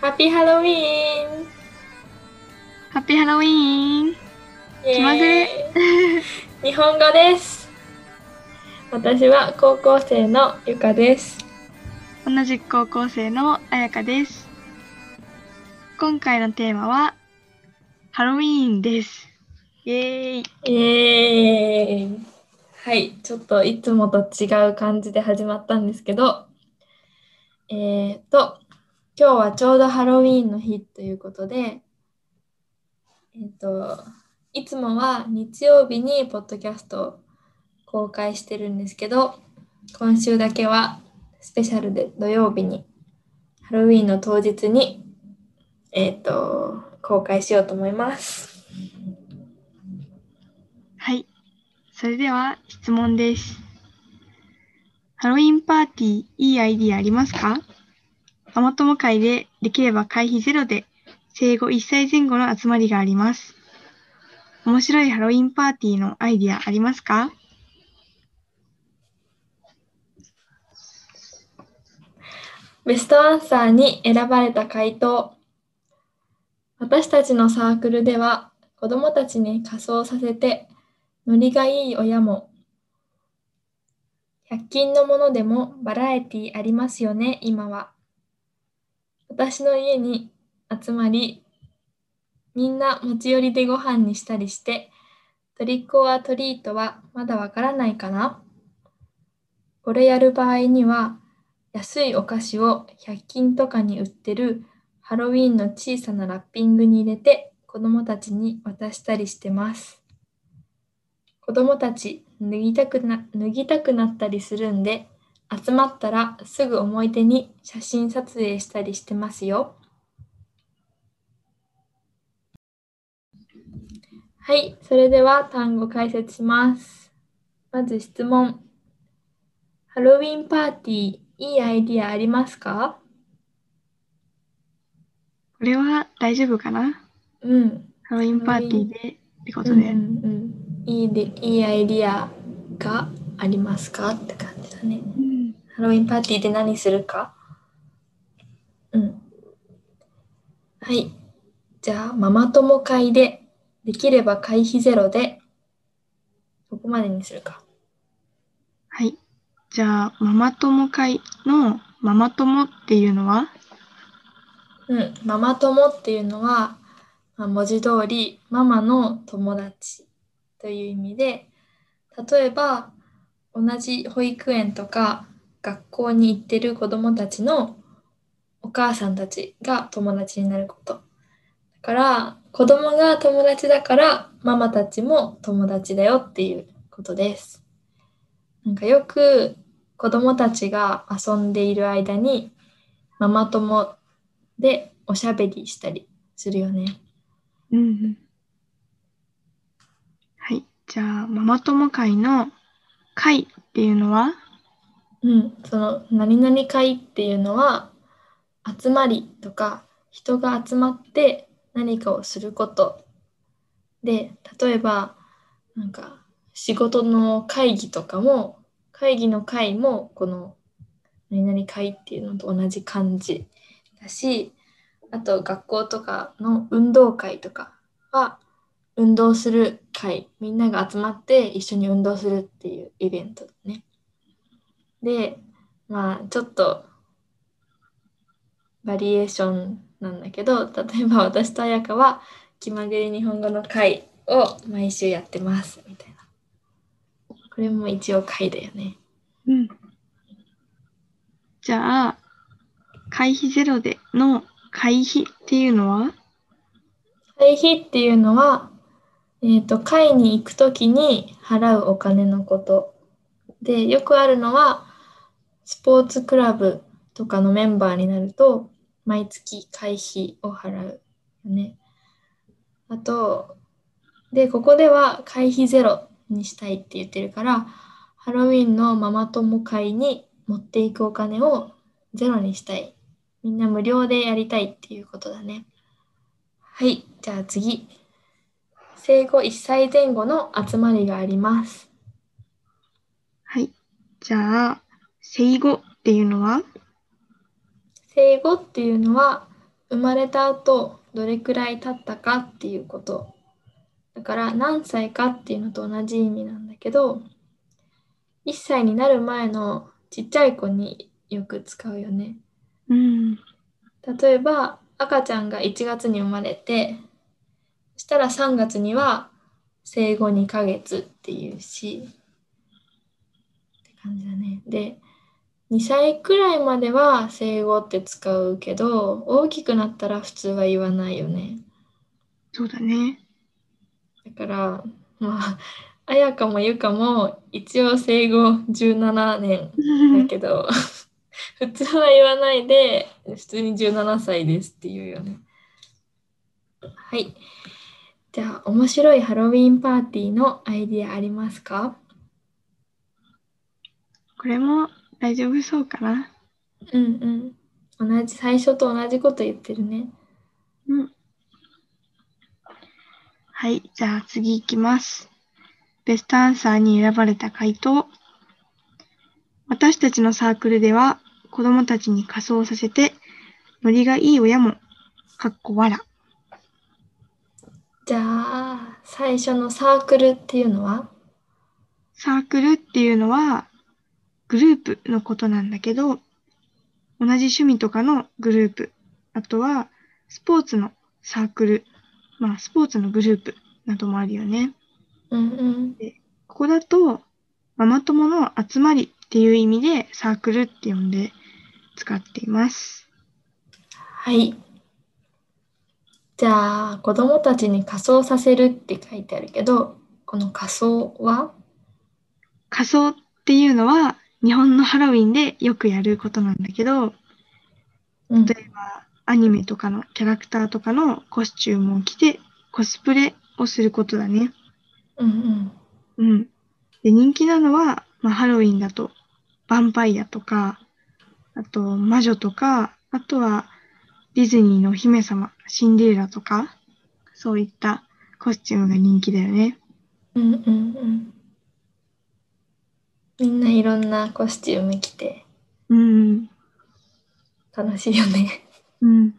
ハッピーハロウィーンハッピーハロウィーンイエーイ気まぐれ日本語です私は高校生のゆかです同じく高校生のあやかです今回のテーマはハロウィーンですイエーイイエーイはいちょっといつもと違う感じで始まったんですけどえー、っと今日はちょうどハロウィーンの日ということでえーっといつもは日曜日にポッドキャストを公開してるんですけど今週だけはスペシャルで土曜日にハロウィーンの当日にえーっと公開しようと思います。はいそれでは質問ですハロウィーンパーティーいいアイディアありますかママ友会でできれば会費ゼロで生後1歳前後の集まりがあります面白いハロウィーンパーティーのアイディアありますかベストアンサーに選ばれた回答。私たちのサークルでは子どもたちに仮装させてノリがいい親も100均のものでもバラエティありますよね今は私の家に集まりみんな持ち寄りでご飯にしたりしてトリックオアトリートはまだわからないかなこれやる場合には安いお菓子を100均とかに売ってるハロウィンの小さなラッピングに入れて子どもたちに渡したりしてます。子どもたち脱ぎたくな脱ぎたくなったりするんで集まったらすぐ思い出に写真撮影したりしてますよ。はい、それでは単語解説します。まず質問。ハロウィンパーティー、いいアイディアありますかこれは大丈夫かなうん。ハロウィンパーティーでってこうとんで、うんうん、いいでいいアイディアがありますかって感じだね。うんハロウィンパーティーで何するかうん。はい。じゃあ、ママ友会で、できれば会費ゼロで、どこまでにするか。はいじゃあママ友会のママ友っていうのはうん、ママ友っていうのは、まあ、文字通りママの友達という意味で例えば同じ保育園とか学校に行ってる子どもたちのお母さんたちが友達になることだから子どもが友達だからママたちも友達だよっていうことですなんかよく子どもたちが遊んでいる間にママ友でおしゃべりしたりするよね。うんうんはい。じゃあ、ママ友会の会っていうのはうん、その何々会っていうのは集まりとか人が集まって何かをすることで例えばなんか仕事の会議とかも会議の会もこの何々会っていうのと同じ感じだしあと学校とかの運動会とかは運動する会みんなが集まって一緒に運動するっていうイベントだね。でまあちょっとバリエーションなんだけど例えば私と彩香は「気まぐれ日本語の会」を毎週やってますみたいなこれも一応会だよねうん。じゃあ、会費ゼロでの会費っていうのは会費っていうのは、えー、と会に行くときに払うお金のことでよくあるのはスポーツクラブとかのメンバーになると毎月会費を払うよねあとでここでは会費ゼロにしたいって言ってるからハロウィンのママ友会に持っていくお金をゼロにしたいみんな無料でやりたいっていうことだねはい、じゃあ次。生後1歳前後の集まりがあります。はい。じゃあ、生後っていうのは生後っていうのは生まれた後どれくらい経ったかっていうことだから何歳かっていうのと同じ意味なんだけど1歳になる前のちっちゃい子によく使うよねうん。例えば赤ちゃんが1月に生まれてそしたら3月には生後2ヶ月っていうしって感じだねで2歳くらいまでは生後って使うけど大きくなったら普通は言わないよねそうだ ね。だからまあ彩香もゆかも一応生後17年だけど 普通は言わないで普通に17歳ですって言うよねはいじゃあ面白いハロウィンパーティーのアイディアありますかこれも大丈夫そうかな。うんうん同じ最初と同じこと言ってるねうん。はい、じゃあ次いきます。ベストアンサーに選ばれた回答。私たちのサークルでは子供たちに仮装させて、ノリがいい親も、かっこわら。じゃあ最初のサークルっていうのはサークルっていうのは、グループのことなんだけど、同じ趣味とかのグループ、あとはスポーツのサークル、まあスポーツのグループなどもあるよね。うんうんここだと、ママ友の集まりっていう意味でサークルって呼んで使っています。はい。じゃあ、子供たちに仮装させるって書いてあるけど、この仮装は仮装っていうのは日本のハロウィンでよくやることなんだけど、うん例えばアニメとかのキャラクターとかのコスチュームを着てコスプレをすることだね。うんうん。で、人気なのは、まあ、ハロウィンだとヴァンパイアとか、あと魔女とか、あとはディズニーのお姫様、シンデレラとか、そういったコスチュームが人気だよね。うん。うんうんうん。みんないろんなコスチューム着てうん。楽しいよね。うん。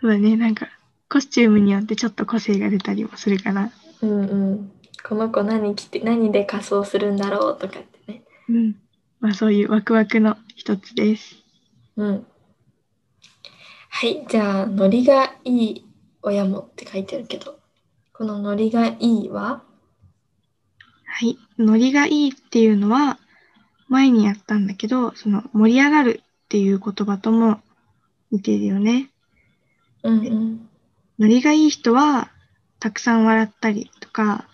そうだね。なんか、コスチュームによってちょっと個性が出たりもするかな。うんうん。この子何着て、何で仮装するんだろうとかってね。うん。まあ、そういうワクワクの一つです。うん。はい、じゃあ、ノリがいい親もって書いてあるけど、このノリがいいははい。ノリがいいっていうのは、前にやったんだけど、その盛り上がるっていう言葉とも似てるよね。うんうん。ノリがいい人は、たくさん笑ったりとか、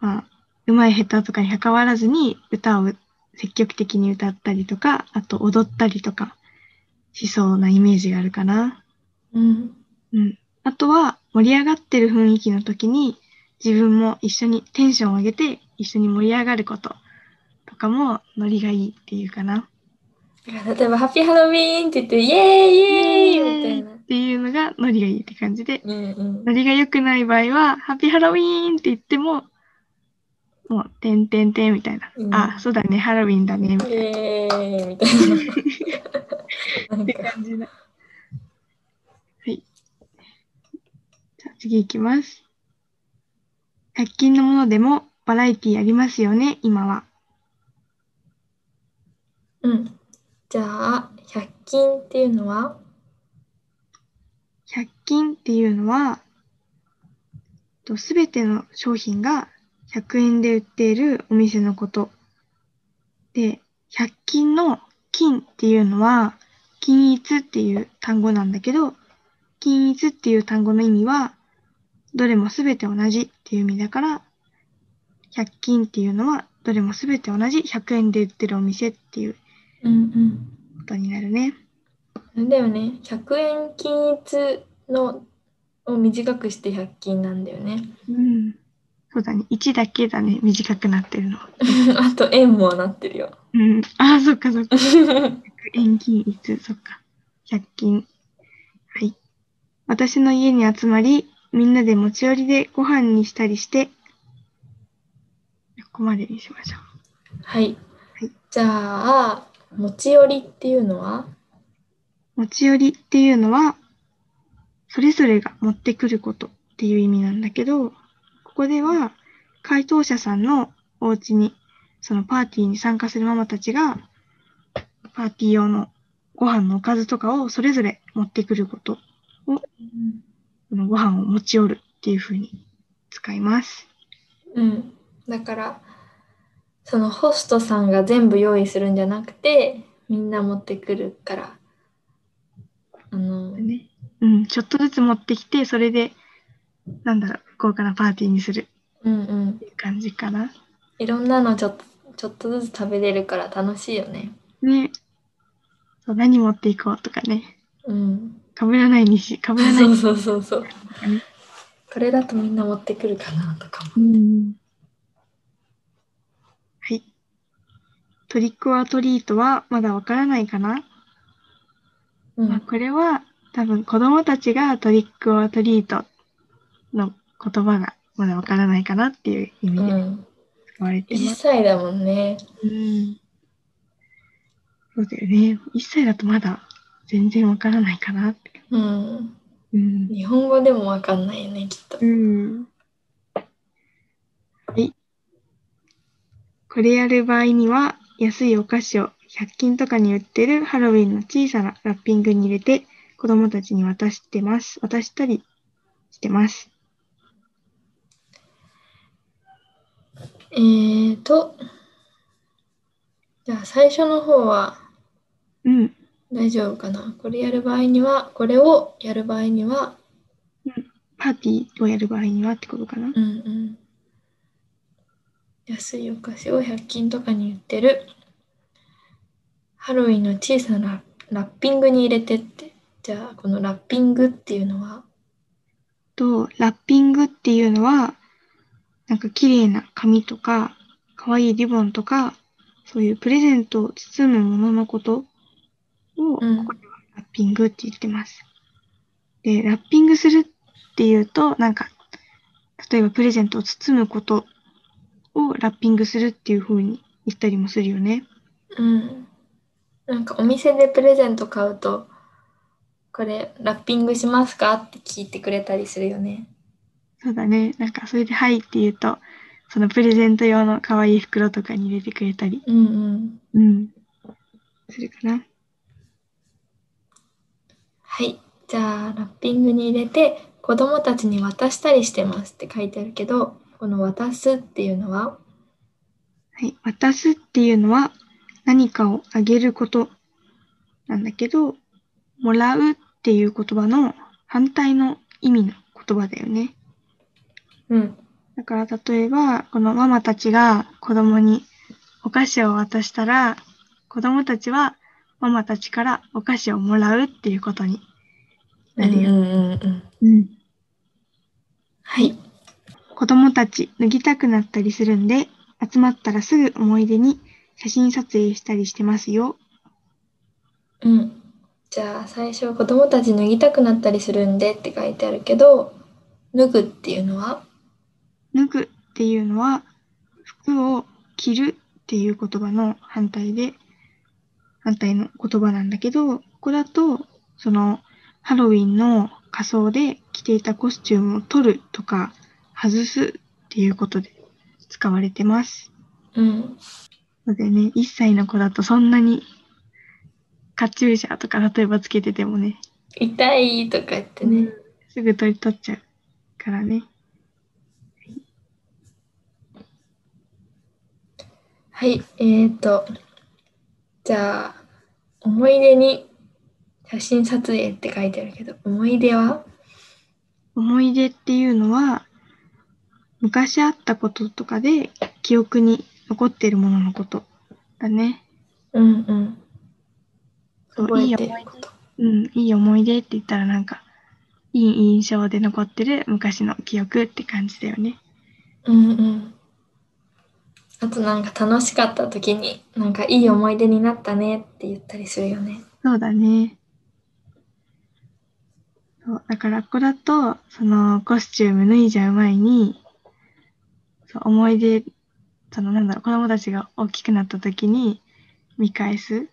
まあ、うまい下手とかに関わらずに歌を積極的に歌ったりとか、あと踊ったりとかしそうなイメージがあるかな。うん。うん。あとは、盛り上がってる雰囲気の時に、自分も一緒にテンションを上げて、一緒に盛り上がることとかも、ノリがいいっていうかな。例えば、ハッピーハロウィーンって言って、イエーイイエーイみたいなっ。ていうのが、ノリがいいって感じで、うんうんノリが良くない場合は、ハッピーハロウィーンって言っても、もう、てんてんてんみたいな。うんあ、そうだね、ハロウィンだね、みたいイエーイみたい な。なんなか、感じだ。はい。じゃあ次行きます。100均のものでもバラエティありますよね、今は。うん。じゃあ、100均っていうのは100均っていうのは、すべての商品が100円で売っているお店のこと。で、100均の金っていうのは、均一っていう単語なんだけど、均一っていう単語の意味は、どれもすべて同じっていう意味だから、100均っていうのは、どれもすべて同じ100円で売ってるお店っていううんことになるね。うん。だよね、100円均一のを短くして100均なんだよね。 うん。そうだね。1だけだね。短くなってるのは。あと、円もなってるよ。うん。ああ、そっかそっか。うん遠近いつ、そっか。100均。はい。私の家に集まり、みんなで持ち寄りでご飯にしたりして、ここまでにしましょう。はいはい。じゃあ、持ち寄りっていうのは持ち寄りっていうのは、それぞれが持ってくることっていう意味なんだけど、ここでは回答者さんのお家に、そのパーティーに参加するママたちが、パーティー用のご飯のおかずとかをそれぞれ持ってくること、このご飯を持ち寄るっていうふうに使います。うん、だからそのホストさんが全部用意するんじゃなくてみんな持ってくるからあのね。うん、ちょっとずつ持ってきて、それで、なんだろう、豪華なパーティーにするうんうんっていう感じかな。いろんなのちょっとちょっとずつ食べれるから楽しいよねね。そう何持っていこうとかね。うんかぶらないにし、かぶらないそうにしそうそうそうとかね。これだとみんな持ってくるかなとかもうん。はい。トリックオアトリートはまだわからないかな、うまあんこれは多分子供たちがトリックオアトリートの言葉がまだわからないかなっていう意う味でん使われてます。 1歳だもんねうんそうだよね。1歳だとまだ全然わからないかなって。うんうん。日本語でもわかんないよねきっとうん。はい。これやる場合には、安いお菓子を100均とかに売ってるハロウィンの小さなラッピングに入れて、子供たちに渡してます。渡したりしてます。えーとじゃあ最初の方はうん。大丈夫かなこれやる場合にはこれをやる場合にはパーティーをやる場合にはってことかな。うんうん安いお菓子を100均とかに売ってるハロウィンの小さなラッピングに入れてってじゃあこのラッピングっていうのはと、ラッピングっていうのは、なんか綺麗な紙とか、可愛いリボンとか、そういうプレゼントを包むもののことを、うんここではラッピングって言ってます。で、ラッピングするっていうと、なんか、例えばプレゼントを包むことをラッピングするっていう風に言ったりもするよね。うんなんかお店でプレゼント買うとこれラッピングしますかって聞いてくれたりするよねそうだね。なんか、それで、はいって言うと、そのプレゼント用の可愛い袋とかに入れてくれたり、うんうんうん、するかな。はいじゃあラッピングに入れて子供たちに渡したりしてますって書いてあるけどこの渡すっていうのははい、渡すっていうのは何かをあげることなんだけど、もらうっていう言葉の反対の意味の言葉だよね。うんだから例えば、このママたちが子供にお菓子を渡したら、子供たちはママたちからお菓子をもらうっていうことになるよ。うんうんうんうんはい子供たち脱ぎたくなったりするんで、集まったらすぐ思い出に写真撮影したりしてますよ。うんじゃあ最初子供たち脱ぎたくなったりするんでって書いてあるけど脱ぐっていうのは脱ぐっていうのは服を着るっていう言葉の反対で反対の言葉なんだけどここだとそのハロウィンの仮装で着ていたコスチュームを取るとか外すっていうことで使われてますうんのでね1歳の子だとそんなにカチューシャとか例えばつけててもね痛いとか言ってね、すぐ取り取っちゃうからねはいえー、とじゃあ思い出に写真撮影って書いてあるけど思い出は思い出っていうのは昔あったこととかで記憶に残っているもののことだね。うんうんそう覚えていい思いることうん、いい思い出って言ったらなんかいい印象で残ってる昔の記憶って感じだよね。うんうんあとなんか楽しかった時になんかいい思い出になったねって言ったりするよねそうだね。そうだからここだとそのコスチューム脱いじゃう前にそう思い出そのなんだろう子供たちが大きくなった時に見返す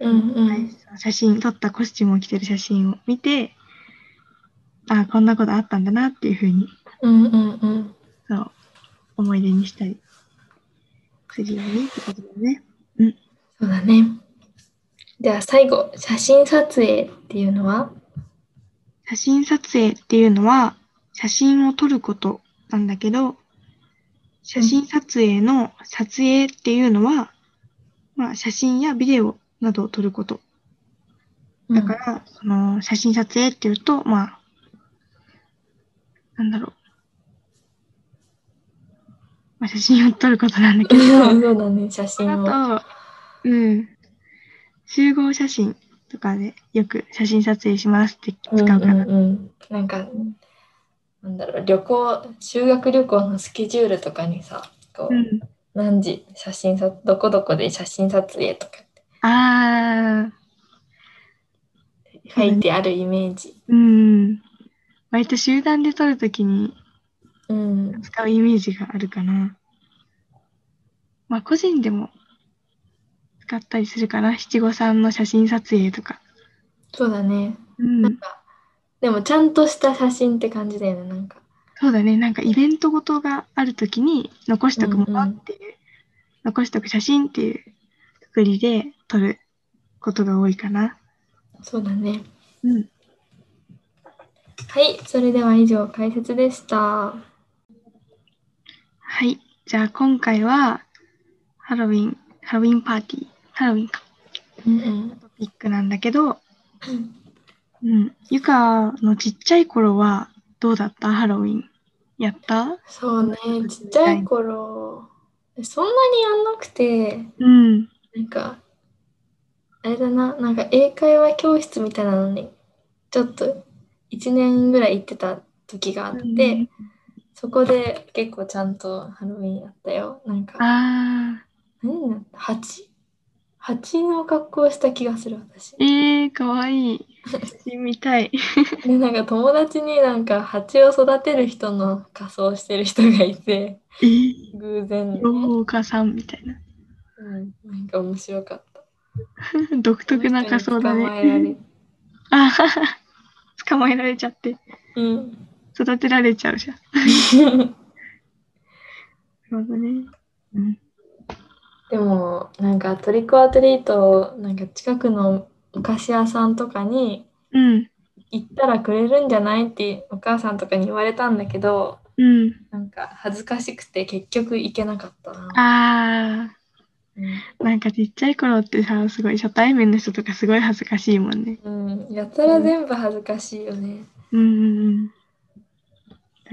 うんうん写真撮ったコスチュームを着てる写真を見てあこんなことあったんだなっていうふうにうんうんうん。そう思い出にしたりするようにってことだね。うん。そうだね。では最後、写真撮影っていうのは写真撮影っていうのは写真を撮ることなんだけど、写真撮影の撮影っていうのは、まあ、写真やビデオなどを撮ること。だか、ら、その写真撮影っていうと、まあ、なんだろう。まあ、写真を撮ることなんだけうん ど、そうだね、写真を。あと、うん、集合写真とかでよく写真撮影しますって使うから。うんうんうん、なんかなんだろう旅行修学旅行のスケジュールとかにさこう、うん何時写真撮どこどこで写真撮影とかってああ、書いてあるイメージ、うん。割と集団で撮るときにうん、使うイメージがあるかな。まあ、個人でも使ったりするかな。七五三の写真撮影とか。そうだねうなんん。かでもちゃんとした写真って感じだよねなんかそうだね。なんかイベントごとがあるときに残しとくものっていう、残しとく写真っていうくくりで撮ることが多いかな。そうだねうん。はいそれでは以上解説でしたはい。じゃあ今回はハロウィン、ハロウィンパーティー、ハロウィンか。うんうんトピックなんだけど、うん、ゆかのちっちゃい頃はどうだったハロウィンやったそうねちっちゃい頃そんなにやんなくてうん。なんか、あれだな、なんか英会話教室みたいなのに、ちょっと1年ぐらい行ってた時があって、うんそこで結構ちゃんとハロウィンやったよ。なんか、あ何だった蜂蜂の格好をした気がする私ー、。えー、かわいい。してみたい。で、なんか友達になんか蜂を育てる人の仮装をしてる人がいて、えー、偶然ね、養蜂家さんみたいな。うん、なんか面白かった。独特な仮装だ捕まえらね。れあはは捕まえられちゃって、うん。育てられちゃ うじゃん。なるほどね。うん。でもなんかトリックアトリートをなんか近くのお菓子屋さんとかにうん。行ったらくれるんじゃないってお母さんとかに言われたんだけどうん。なんか恥ずかしくて結局行けなかったな。あうんー、なんかちっちゃい頃ってさ、すごい初対面の人とかすごい恥ずかしいもんね。うん、やたら全部恥ずかしいよね。うんうんうん。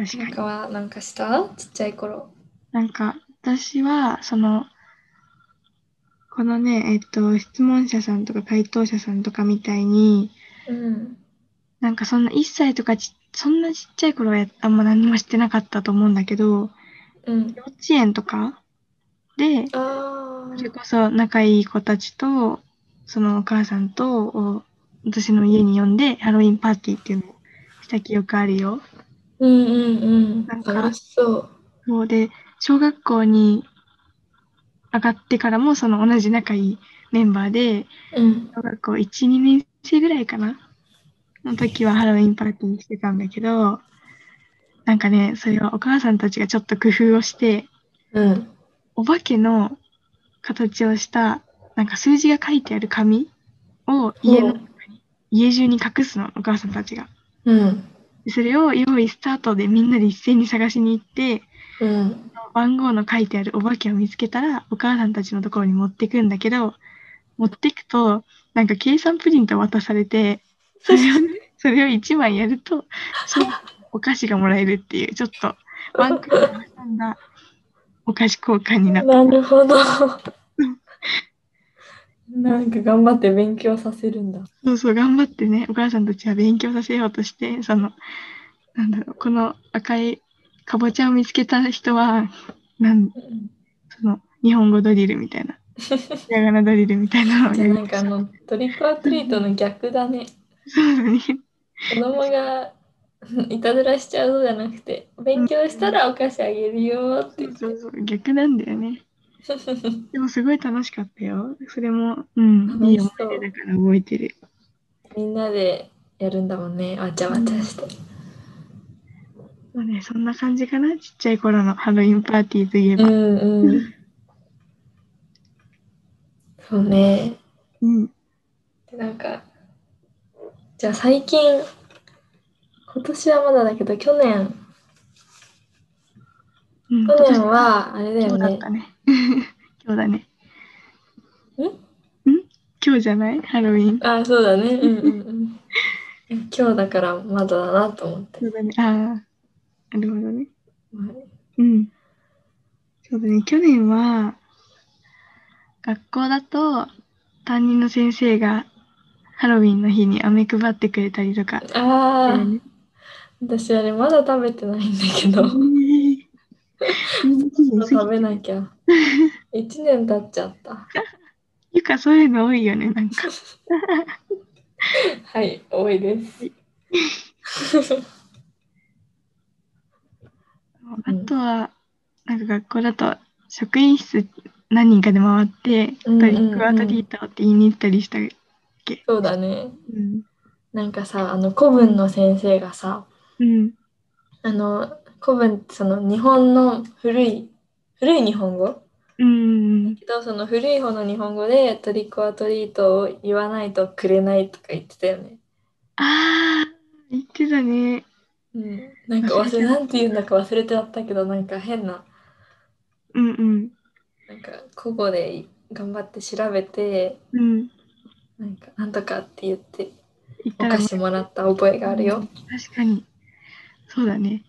確なんかかに。はなんかしたちっちゃい頃。なんか、私は、その、このね、えっと、質問者さんとか回答者さんとかみたいに、うん。なんかそんな1歳とかち、そんなちっちゃい頃はやあんま何もしてなかったと思うんだけど、うん。幼稚園とかで、ああそ。れこそ仲いい子たちと、そのお母さんと、お私の家に呼んで、ハロウィンパーティーっていうのをした記憶あるよ。うんうんうん。なんか楽しそう。そうで、小学校に上がってからも、その同じ仲いいメンバーで、うん。小学校1、2年生ぐらいかなの時はハロウィンパーティーしてたんだけど、なんかね、それはお母さんたちがちょっと工夫をして、うん。お化けの形をした、なんか数字が書いてある紙を家の、家中に隠すの、お母さんたちが。うん。でそれを用意スタートでみんなで一斉に探しに行って、うん。番号の書いてあるお化けを見つけたらお母さんたちのところに持ってくんだけど持ってくとなんか計算プリント渡されてそれをねそれを1枚やるとそのお菓子がもらえるっていうちょっとワンクールを挟んだお菓子交換になった なるほど。 なんか頑張って勉強させるんだ。そうそう頑張ってねお母さんたちは勉強させようとしてそのなんだろうこの赤いかぼちゃを見つけた人はなんその日本語ドリルみ たいなひらがなドリルみたいなのをじゃやありなまんしかたあのトリックアトリートの逆だね。そうだね。子供が いたずらしちゃうのじゃなくて、勉強したらお菓子あげるよって言っそうて。そうそう、逆なんだよね。うでもすごい楽しかったよ。それも、うん、楽いしい思そうい出だから覚えてる。みんなでやるんだもんね、わちゃわちゃして。そうね、そんな感じかな。ちっちゃい頃のハロウィンパーティーといえうんば。うん。そうね。うん。でなんか、じゃあ最近、今年はまだだけど、去年、うん、去年は、あれだ今よ日だねっ。たね。 今日だね。んん今日じゃないハロウィン。あ、そうだね。うんうんうん。 今日だからまだだなと思って。そうだね。ああ。なるほどね。はいうん。そうだね。去年は、学校だと、担任の先生が、ハロウィンの日に飴配ってくれたりとか。ああ、ね、私あれまだ食べてないんだけど、食べなきゃ。1年経っちゃった。ゆかそういうの多いよね、なんか。はい、多いです。あとは、なんか学校だと、職員室何人かで回って、うんうんうんトリックアトリートって言いに行ったりした。うんそうだね。うん。なんかさ、あの古文の先生がさ、うん。あの古文ってその日本の古い、古い日本語うん。けどその古い方の日本語でトリックアトリートを言わないとくれないとか言ってたよね。ああ、言ってたね。うん、なんか忘れ、なんて言うんだか忘れてあったけど、なんか変な、うんうん。なんか古語で頑張って調べて、うん。なんかなんとかって言って言っおたら菓子もらった覚えがあるよ。確かに。そうだね。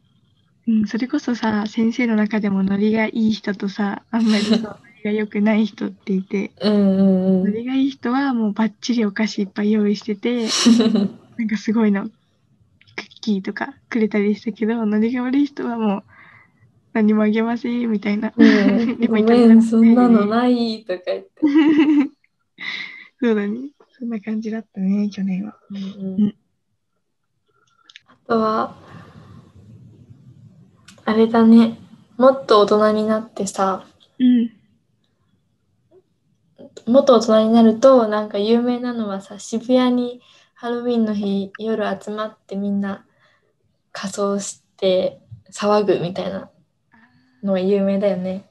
うん、それこそさ、先生の中でもノリがいい人とさ、あんまりそうノリが良くない人っていて、うんうんうノん。リがいい人はもうバッチリお菓子いっぱい用意してて、なんかすごいの、クッキーとかくれたりしたけど、ノリが悪い人はもう何もあげませんみたいな。うん、 でもごいただめかないん、そんなのないとか言って。そうだね。そんな感じだったね、去年は。うんううんん、あとは、あれだね、もっと大人になってさ、うん。もっと大人になると、なんか有名なのはさ、渋谷にハロウィンの日、夜集まってみんな仮装して騒ぐみたいなのは有名だよね。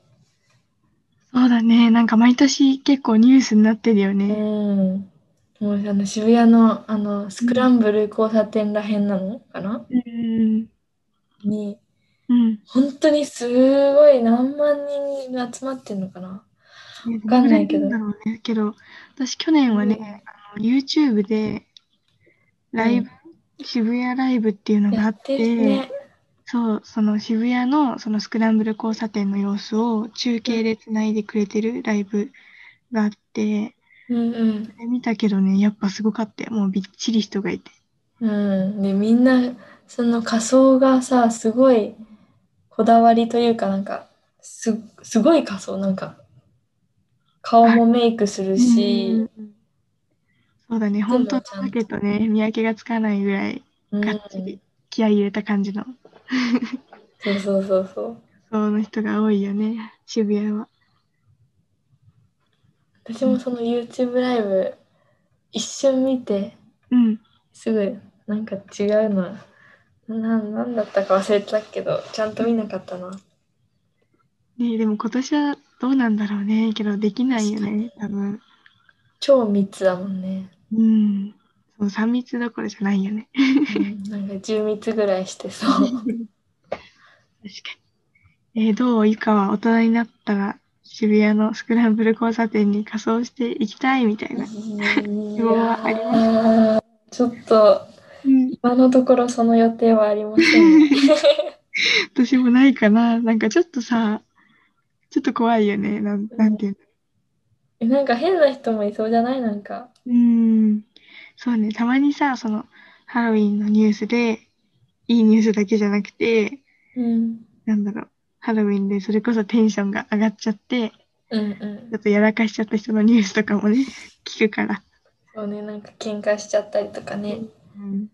そうだね。なんか毎年結構ニュースになってるようね。ん。もうあの渋谷のあのスクランブル交差点らへんなのかな、うん。にうん。本当にすごい何万人が集まってんのかなわかんないけどだろうね。けど、私去年はね、うんあの YouTube で、ライブ、渋谷ライブっていうのがあやっってるて、ね。そう、その渋谷のそのスクランブル交差点の様子を中継でつないでくれてるライブがあって、うん見たけどね、やっぱすごかったよ。もうびっちり人がいて。うん。うん、でみんなその仮装がさすごいこだわりというかなんかすすごい仮装なんか顔もメイクするし、うんそうだね、本当だけどね、見分けがつかないぐらい、うんがっつり気合い入れた感じの、そうそうそうそう。そうの人が多いよね、渋谷は。私もその YouTube ライブ一瞬見てうん。すぐなんか違うのはななんだったか忘れてたけどちゃんと見なかったな。ね、でも今年はどうなんだろうね、けどできないよね、多分。超密だもん ね。うん。そう、3密どころじゃないよね。うんなんか10密ぐらいしてそう。確かに。えーどうゆかは大人になったら渋谷のスクランブル交差点に仮装していきたいみたいな。い希望はありますやーちょっとうん、今のところその予定はありません。 私もないかな。なんかちょっとさ、ちょっと怖いよね。なんなんていうの。えなんか変な人もいそうじゃないなんか。うん。そうね。たまにさ、そのハロウィンのニュースで、いいニュースだけじゃなくて、うん。なんだろう。ハロウィンでそれこそテンションが上がっちゃって、うんうんちょ。っとやらかしちゃった人のニュースとかもね、 聞くから。そうね、なんか喧嘩しちゃったりとかね。うん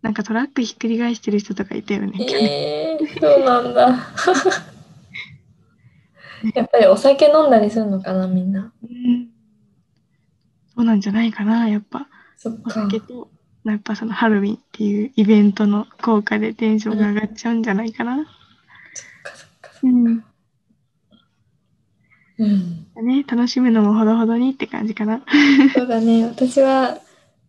なんかトラックひっくり返してる人とかいたよね。去年ええそうなん だ。やっぱりお酒飲んだりするのかな、みんな。うんそうなんじゃないかな、やっぱ。そっおか。酒と、やっぱそのハロウィンっていうイベントの効果でテンションが上がっちゃうんじゃないかな。うん。 うん、ね、楽しむのもほどほどにって感じかな。そうだね私は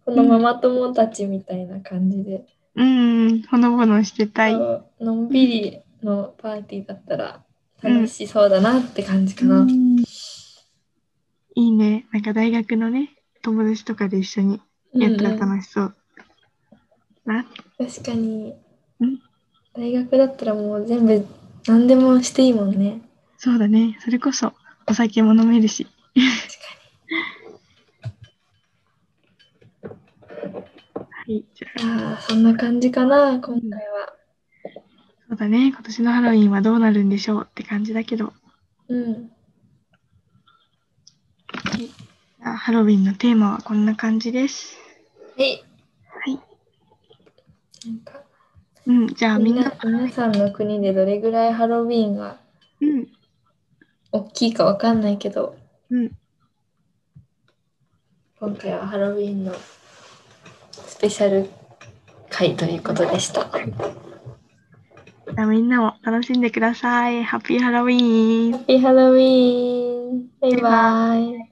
このママ友たちみたいな感じで、うん、ほのぼのしてたい。のんびりのパーティーだったら楽しそうだなって感じかな、うんいいね。なんか大学のね、友達とかで一緒にやったらうんうん楽しそう。な、確かにうん大学だったらもう全部何でもしていいもんねそうだね。それこそお酒も飲めるし。確かはい、じゃあ、にあーそんな感じかな今回はそうだね。今年のハロウィンはどうなるんでしょうって感じだけど、うんあハロウィンのテーマはこんな感じです。はいいなんかうん、じゃあみみんんなな、皆さんの国でどれぐらいハロウィーンがうん、大きいかわかんないけどうん、今回はハロウィーンのスペシャル回ということでしたハじゃあみんなも楽しんでください。ハッピーハロウィーンッ。ピーハロウィーンバイバイ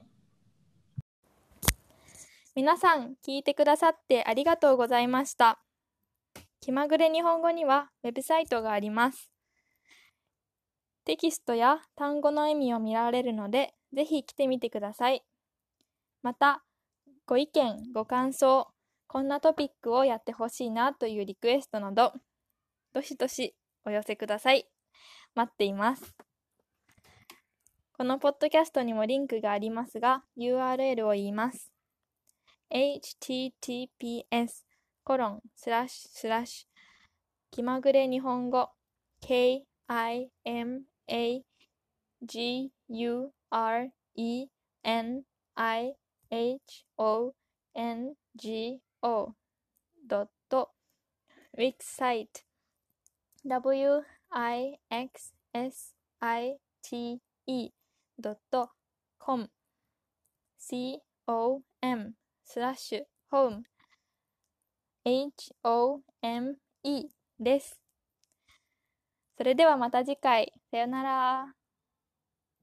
皆さん聞いてくださってありがとうございました。気まぐれ日本語にはウェブサイトがあります。テキストや単語の意味を見られるので、ぜひ来てみてください。また、ご意見、ご感想、こんなトピックをやってほしいなというリクエストなど、どしどしお寄せください。待っています。このポッドキャストにもリンクがありますが、URL を言います。https コロンスラッシュスラッシュ気まぐれ日本語 kimagureniho wixsite wixsite.com com スラッシュホーム HOME です。それではまた次回。さよなら。